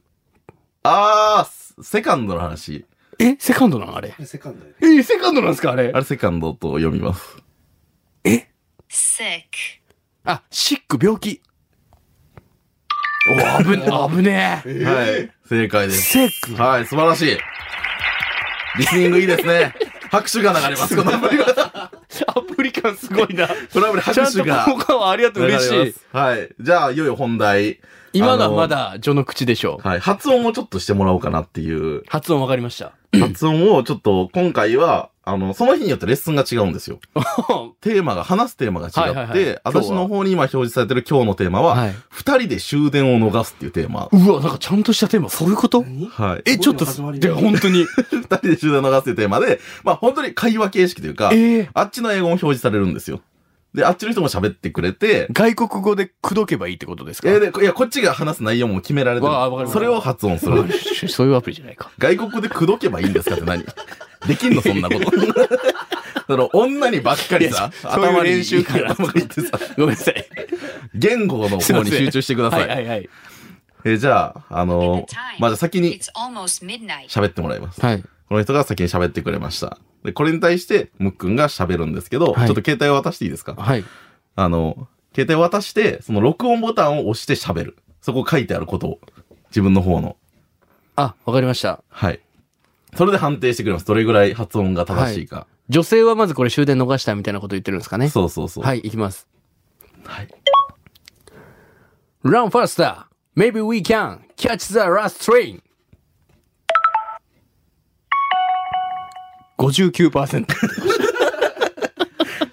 [SPEAKER 2] あー、セカンドの話。
[SPEAKER 3] え、セカンドなんあれ。
[SPEAKER 4] セカンドよね。
[SPEAKER 3] えセカンドなんですかあれ
[SPEAKER 2] あ。れセカンドと読みます。
[SPEAKER 5] sick,
[SPEAKER 3] あ、シック、病気。お、危ね、危ねえ。
[SPEAKER 2] はい。正解です。
[SPEAKER 3] セッ ク。
[SPEAKER 2] はい、素晴らしい。リスニングいいですね。拍手が流れます。このアプリは。
[SPEAKER 3] アプリ感すごいな。
[SPEAKER 2] このアプリ
[SPEAKER 3] ちゃん
[SPEAKER 2] 拍手
[SPEAKER 3] と
[SPEAKER 2] が
[SPEAKER 3] 効果音ありがとう、
[SPEAKER 2] 流れま
[SPEAKER 3] 嬉
[SPEAKER 2] す。
[SPEAKER 3] しい。
[SPEAKER 2] はい。じゃあ、いよいよ本題。
[SPEAKER 3] 今の
[SPEAKER 2] あ
[SPEAKER 3] はま。だ序の口でしょう。
[SPEAKER 2] はい。発音をちょっとしてもらおうかなっていう。
[SPEAKER 3] 発音わかりま した。
[SPEAKER 2] 発音をちょっと、今回は、あの、その日によってレッスンが違うんですよ。テーマが、話すテーマが違って、
[SPEAKER 3] はいはいはい
[SPEAKER 2] 私の方に今表示されてる今日のテーマは、
[SPEAKER 3] い。
[SPEAKER 2] 二、人で終電を逃すっていうテーマ。
[SPEAKER 3] うわ、なんかちゃんとしたテーマ、そういうこと
[SPEAKER 4] 何
[SPEAKER 2] はい。
[SPEAKER 3] え、ちょっと
[SPEAKER 4] 始ま、りだ
[SPEAKER 3] で、本当 に。
[SPEAKER 2] 二人で終電を逃すっていうテーマで、まあ本当に会話形式というか、
[SPEAKER 3] ええ。
[SPEAKER 2] あっちの英語も表示されるんですよ。で、あっちの人も喋ってくれて、
[SPEAKER 3] 外国語で口説けばいいってことですか
[SPEAKER 2] えーで、いや、こっちが話す内容も決められてる
[SPEAKER 3] わあわかるわか
[SPEAKER 2] そ
[SPEAKER 3] る
[SPEAKER 2] れを発音する。
[SPEAKER 3] そういうアプリじゃないか。
[SPEAKER 2] 外国で口説けばいいんですかって何できんのそんな こと。その女にばっかりさ、
[SPEAKER 3] いやそういう
[SPEAKER 2] 頭に
[SPEAKER 3] 練習から
[SPEAKER 2] 頭にいってさ、
[SPEAKER 3] ごめんなさい。
[SPEAKER 2] 言語の
[SPEAKER 3] すい
[SPEAKER 2] 方
[SPEAKER 3] ま
[SPEAKER 2] に
[SPEAKER 3] せん
[SPEAKER 2] 集中してください。
[SPEAKER 3] はいはいはい。
[SPEAKER 2] えーじゃあ、あのー
[SPEAKER 5] Time.
[SPEAKER 2] まあ、じゃあ先に
[SPEAKER 5] it's almost midnight,
[SPEAKER 2] 喋ってもらいます。
[SPEAKER 3] はい。
[SPEAKER 2] この人が先に喋ってくれました。で、これに対して、ムックンが喋るんですけど、
[SPEAKER 3] はい
[SPEAKER 2] ちょっと携帯を渡していいですか
[SPEAKER 3] はい。
[SPEAKER 2] あの、携帯を渡して、その録音ボタンを押して喋る。そこ書いてあることを。自分の方の。
[SPEAKER 3] あ、わかりました。
[SPEAKER 2] はい。それで判定してくれます。どれぐらい発音が正しいか。
[SPEAKER 3] 女性はまずこれ終電逃したみたいなこと言ってるんですかね。
[SPEAKER 2] そうそうそう。
[SPEAKER 3] はい、いきます。
[SPEAKER 2] はい。
[SPEAKER 3] Run faster! Maybe we can catch the last train! 59%。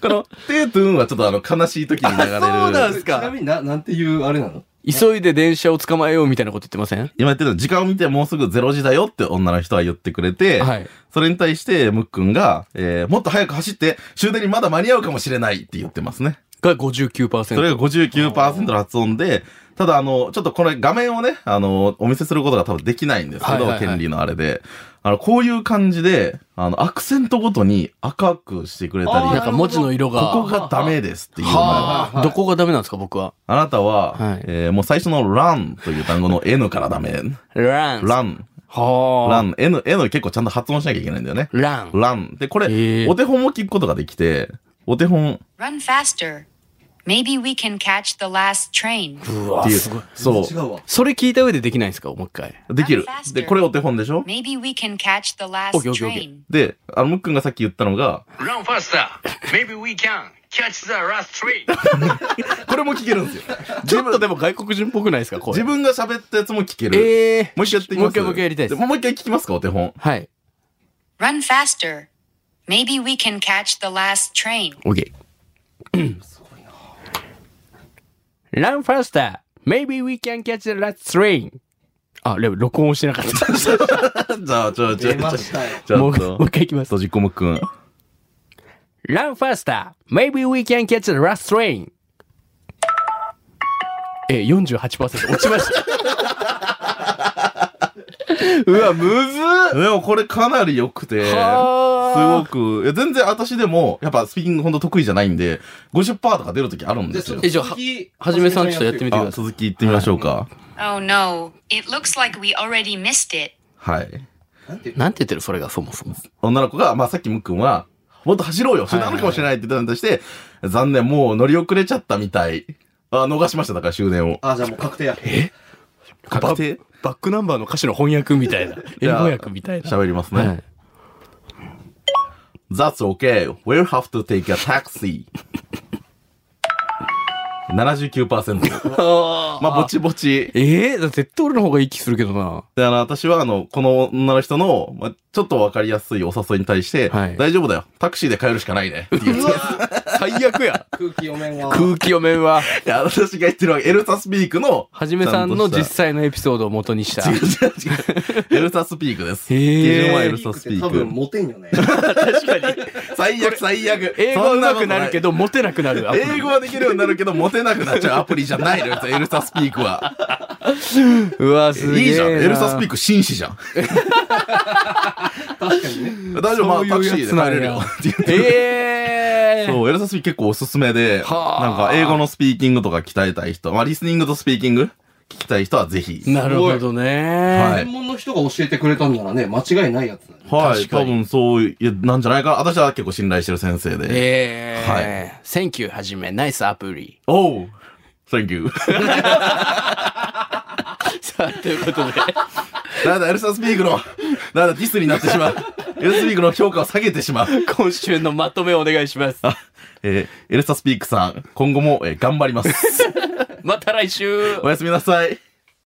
[SPEAKER 2] この、テートゥーンはちょっとあの、悲しい時に流れる。
[SPEAKER 3] そうなんす
[SPEAKER 4] ちな
[SPEAKER 3] か
[SPEAKER 4] みにな、なんていうあれなの
[SPEAKER 3] 急いで電車を捕まえようみたいなこと言ってません
[SPEAKER 2] 今言ってるの時間を見てもうすぐ0時だよって女の人は言ってくれて、
[SPEAKER 3] はい。
[SPEAKER 2] それに対してムックンが、えーもっと早く走って終電にまだ間に合うかもしれないって言ってますね。
[SPEAKER 3] が59%。
[SPEAKER 2] それが59%の発音で、ただあの、ちょっとこれ画面をね、あの、お見せすることが多分できないんですけ
[SPEAKER 3] はい
[SPEAKER 2] ど、
[SPEAKER 3] はいはい
[SPEAKER 2] 権利のあれで。あの、こういう感じで、あの、アクセントごとに赤くしてくれたり、
[SPEAKER 3] なんか文字の色が。
[SPEAKER 2] ここがダメですっていうのが
[SPEAKER 3] はあ、どこがダメなんですか、僕は。
[SPEAKER 2] あなたは、
[SPEAKER 3] はい
[SPEAKER 2] えーもう最初の run という単語の N からダメ。
[SPEAKER 3] ラン。ン。
[SPEAKER 2] run,
[SPEAKER 3] はあ。
[SPEAKER 2] run, N, N 結構ちゃんと発音しなきゃいけないんだよね。
[SPEAKER 3] ラン。
[SPEAKER 2] run. で、こ
[SPEAKER 3] へ
[SPEAKER 2] れ、
[SPEAKER 3] ー
[SPEAKER 2] お手本も聞くことができて、お手本
[SPEAKER 5] Run faster. Maybe we can catch the last train.
[SPEAKER 3] う
[SPEAKER 2] っ
[SPEAKER 3] わ
[SPEAKER 2] ていう
[SPEAKER 3] すごい。、
[SPEAKER 2] そ
[SPEAKER 4] 違うわ。
[SPEAKER 3] それ聞いた上でできないんですか、もう一回。
[SPEAKER 2] う、できる
[SPEAKER 5] Run。faster.
[SPEAKER 2] で、これお手本でしょ
[SPEAKER 5] Maybe we can catch the last
[SPEAKER 3] Okay, okay, okay.
[SPEAKER 5] train.
[SPEAKER 2] で、あの、ムックンがさっき言ったのが、
[SPEAKER 6] Run faster. Maybe we can catch the last train.
[SPEAKER 2] これも聞けるんですよ。
[SPEAKER 3] ちょっとでも外国人っぽくないですか、こ
[SPEAKER 2] 自
[SPEAKER 3] れ。
[SPEAKER 2] 分が喋ったやつも聞ける。
[SPEAKER 3] ええ
[SPEAKER 2] もう一回やってみ
[SPEAKER 3] もう
[SPEAKER 2] ます
[SPEAKER 3] 一回もう一回やりたいです
[SPEAKER 2] もう一回聞きますか、お手 本。
[SPEAKER 3] はい。
[SPEAKER 5] Run faster. Maybe we can catch the last train.
[SPEAKER 3] オッケー。ランファスター Maybe we can catch the last train. あ、でも録音してなかった。
[SPEAKER 2] じゃあ、ちょ、ちょ、
[SPEAKER 4] 出
[SPEAKER 2] ちょ、
[SPEAKER 4] ま
[SPEAKER 2] ち
[SPEAKER 4] したよ。
[SPEAKER 3] も
[SPEAKER 2] ょ
[SPEAKER 3] う
[SPEAKER 2] っ
[SPEAKER 3] もう一
[SPEAKER 2] と、
[SPEAKER 3] 回いきます。
[SPEAKER 2] とじこむっくん。
[SPEAKER 3] Run faster. Maybe we can catch the last train. え、48%落ちま した。うわ、むずっ
[SPEAKER 2] でもこれかなり良くて、す
[SPEAKER 3] は
[SPEAKER 2] ごく、いや全然私でも、やっぱスピーキングほんと得意じゃないんで、50%とか出るときあるんですよ
[SPEAKER 3] え。じゃあははじめさんちょっとやってみてく
[SPEAKER 2] あ
[SPEAKER 3] ださい。
[SPEAKER 2] 続き行ってみましょうか。
[SPEAKER 5] Oh no, it looks like we already missed it.
[SPEAKER 2] はい。
[SPEAKER 3] なんて言ってるそれがそもそも。
[SPEAKER 2] 女の子が、まあさっきむっくんは、もっと走ろうよ、それなのかもしれないって言ったのに対して、残念、もう乗り遅れちゃったみたい。あ、逃しました、だから終電を。
[SPEAKER 4] あ、じゃあもう確定や。
[SPEAKER 2] 確定
[SPEAKER 3] バックナンバーの歌詞の翻訳み たいな。英
[SPEAKER 2] ゃあ
[SPEAKER 3] 語訳みたいな。
[SPEAKER 2] 喋りますね。
[SPEAKER 3] はい
[SPEAKER 2] That's okay. We'll have to take a taxi. 79%。ま あ、ぼちぼち。
[SPEAKER 3] えー、だって絶対俺の方がいい気するけどな。
[SPEAKER 2] で、あの、私は、あの、この女の人の、まあ、ちょっとわかりやすいお誘いに対して、
[SPEAKER 3] はい
[SPEAKER 2] 大丈夫だよ。タクシーで帰るしかないね。っていう。い
[SPEAKER 3] 最悪や。
[SPEAKER 4] 空気読めんわ。
[SPEAKER 3] 空気読めんは。
[SPEAKER 2] や、私が言ってるわけ、エルサスピークの、
[SPEAKER 3] はじめさんの
[SPEAKER 2] ちゃ
[SPEAKER 3] 実
[SPEAKER 2] んとし
[SPEAKER 3] 際のエピソードを元にした
[SPEAKER 2] た。違。う違う違う。エルサスピークです。
[SPEAKER 3] へー
[SPEAKER 2] 基準はエル
[SPEAKER 4] 空気
[SPEAKER 2] サ
[SPEAKER 4] っ
[SPEAKER 2] ス
[SPEAKER 4] て
[SPEAKER 2] ピ
[SPEAKER 4] 多分
[SPEAKER 2] ーク。
[SPEAKER 4] モテんよね。
[SPEAKER 2] 最悪、最悪。
[SPEAKER 3] 英語は上手くなるけ
[SPEAKER 2] ど。
[SPEAKER 3] ど、モテなくなる。
[SPEAKER 2] 英語はできるようになるけど、モテなくなっ ちゃうアプリじゃないのよ、エルサスピークは。
[SPEAKER 3] うわ、すげえ。
[SPEAKER 2] いいじゃん。エルサスピーク紳士 じゃん。
[SPEAKER 4] 確かにね。
[SPEAKER 2] 大丈夫、まあタクシーで帰れるよ。って言って
[SPEAKER 3] ええー。
[SPEAKER 2] そう、エルサスピーク結構おすすめで、なん
[SPEAKER 3] はあ
[SPEAKER 2] か英語のスピーキングとか鍛えたい人、まあリスニングとスピーキング聞きたい人はぜひ。
[SPEAKER 3] なるほど
[SPEAKER 2] は
[SPEAKER 3] ね。
[SPEAKER 2] い
[SPEAKER 4] 専門の人が教えてくれたんならね、間違いないやつだね。
[SPEAKER 2] はい、
[SPEAKER 3] 確か
[SPEAKER 2] 多
[SPEAKER 3] に
[SPEAKER 2] 分そういや、なんじゃないかな。私は結構信頼してる先生で。
[SPEAKER 3] ええー。センキューはじめ、ナイスアプリ。
[SPEAKER 2] おう Thank you.
[SPEAKER 3] さあ、ということで。
[SPEAKER 2] なんだ、エルサスピークの、なんだ、ディスになってしまう。エルサスピークの評価を下げてしまう。
[SPEAKER 3] 今週のまとめをお願いします。
[SPEAKER 2] えーエルサスピークさん、今後も、えー頑張ります。
[SPEAKER 3] また来週
[SPEAKER 2] おやすみなさい。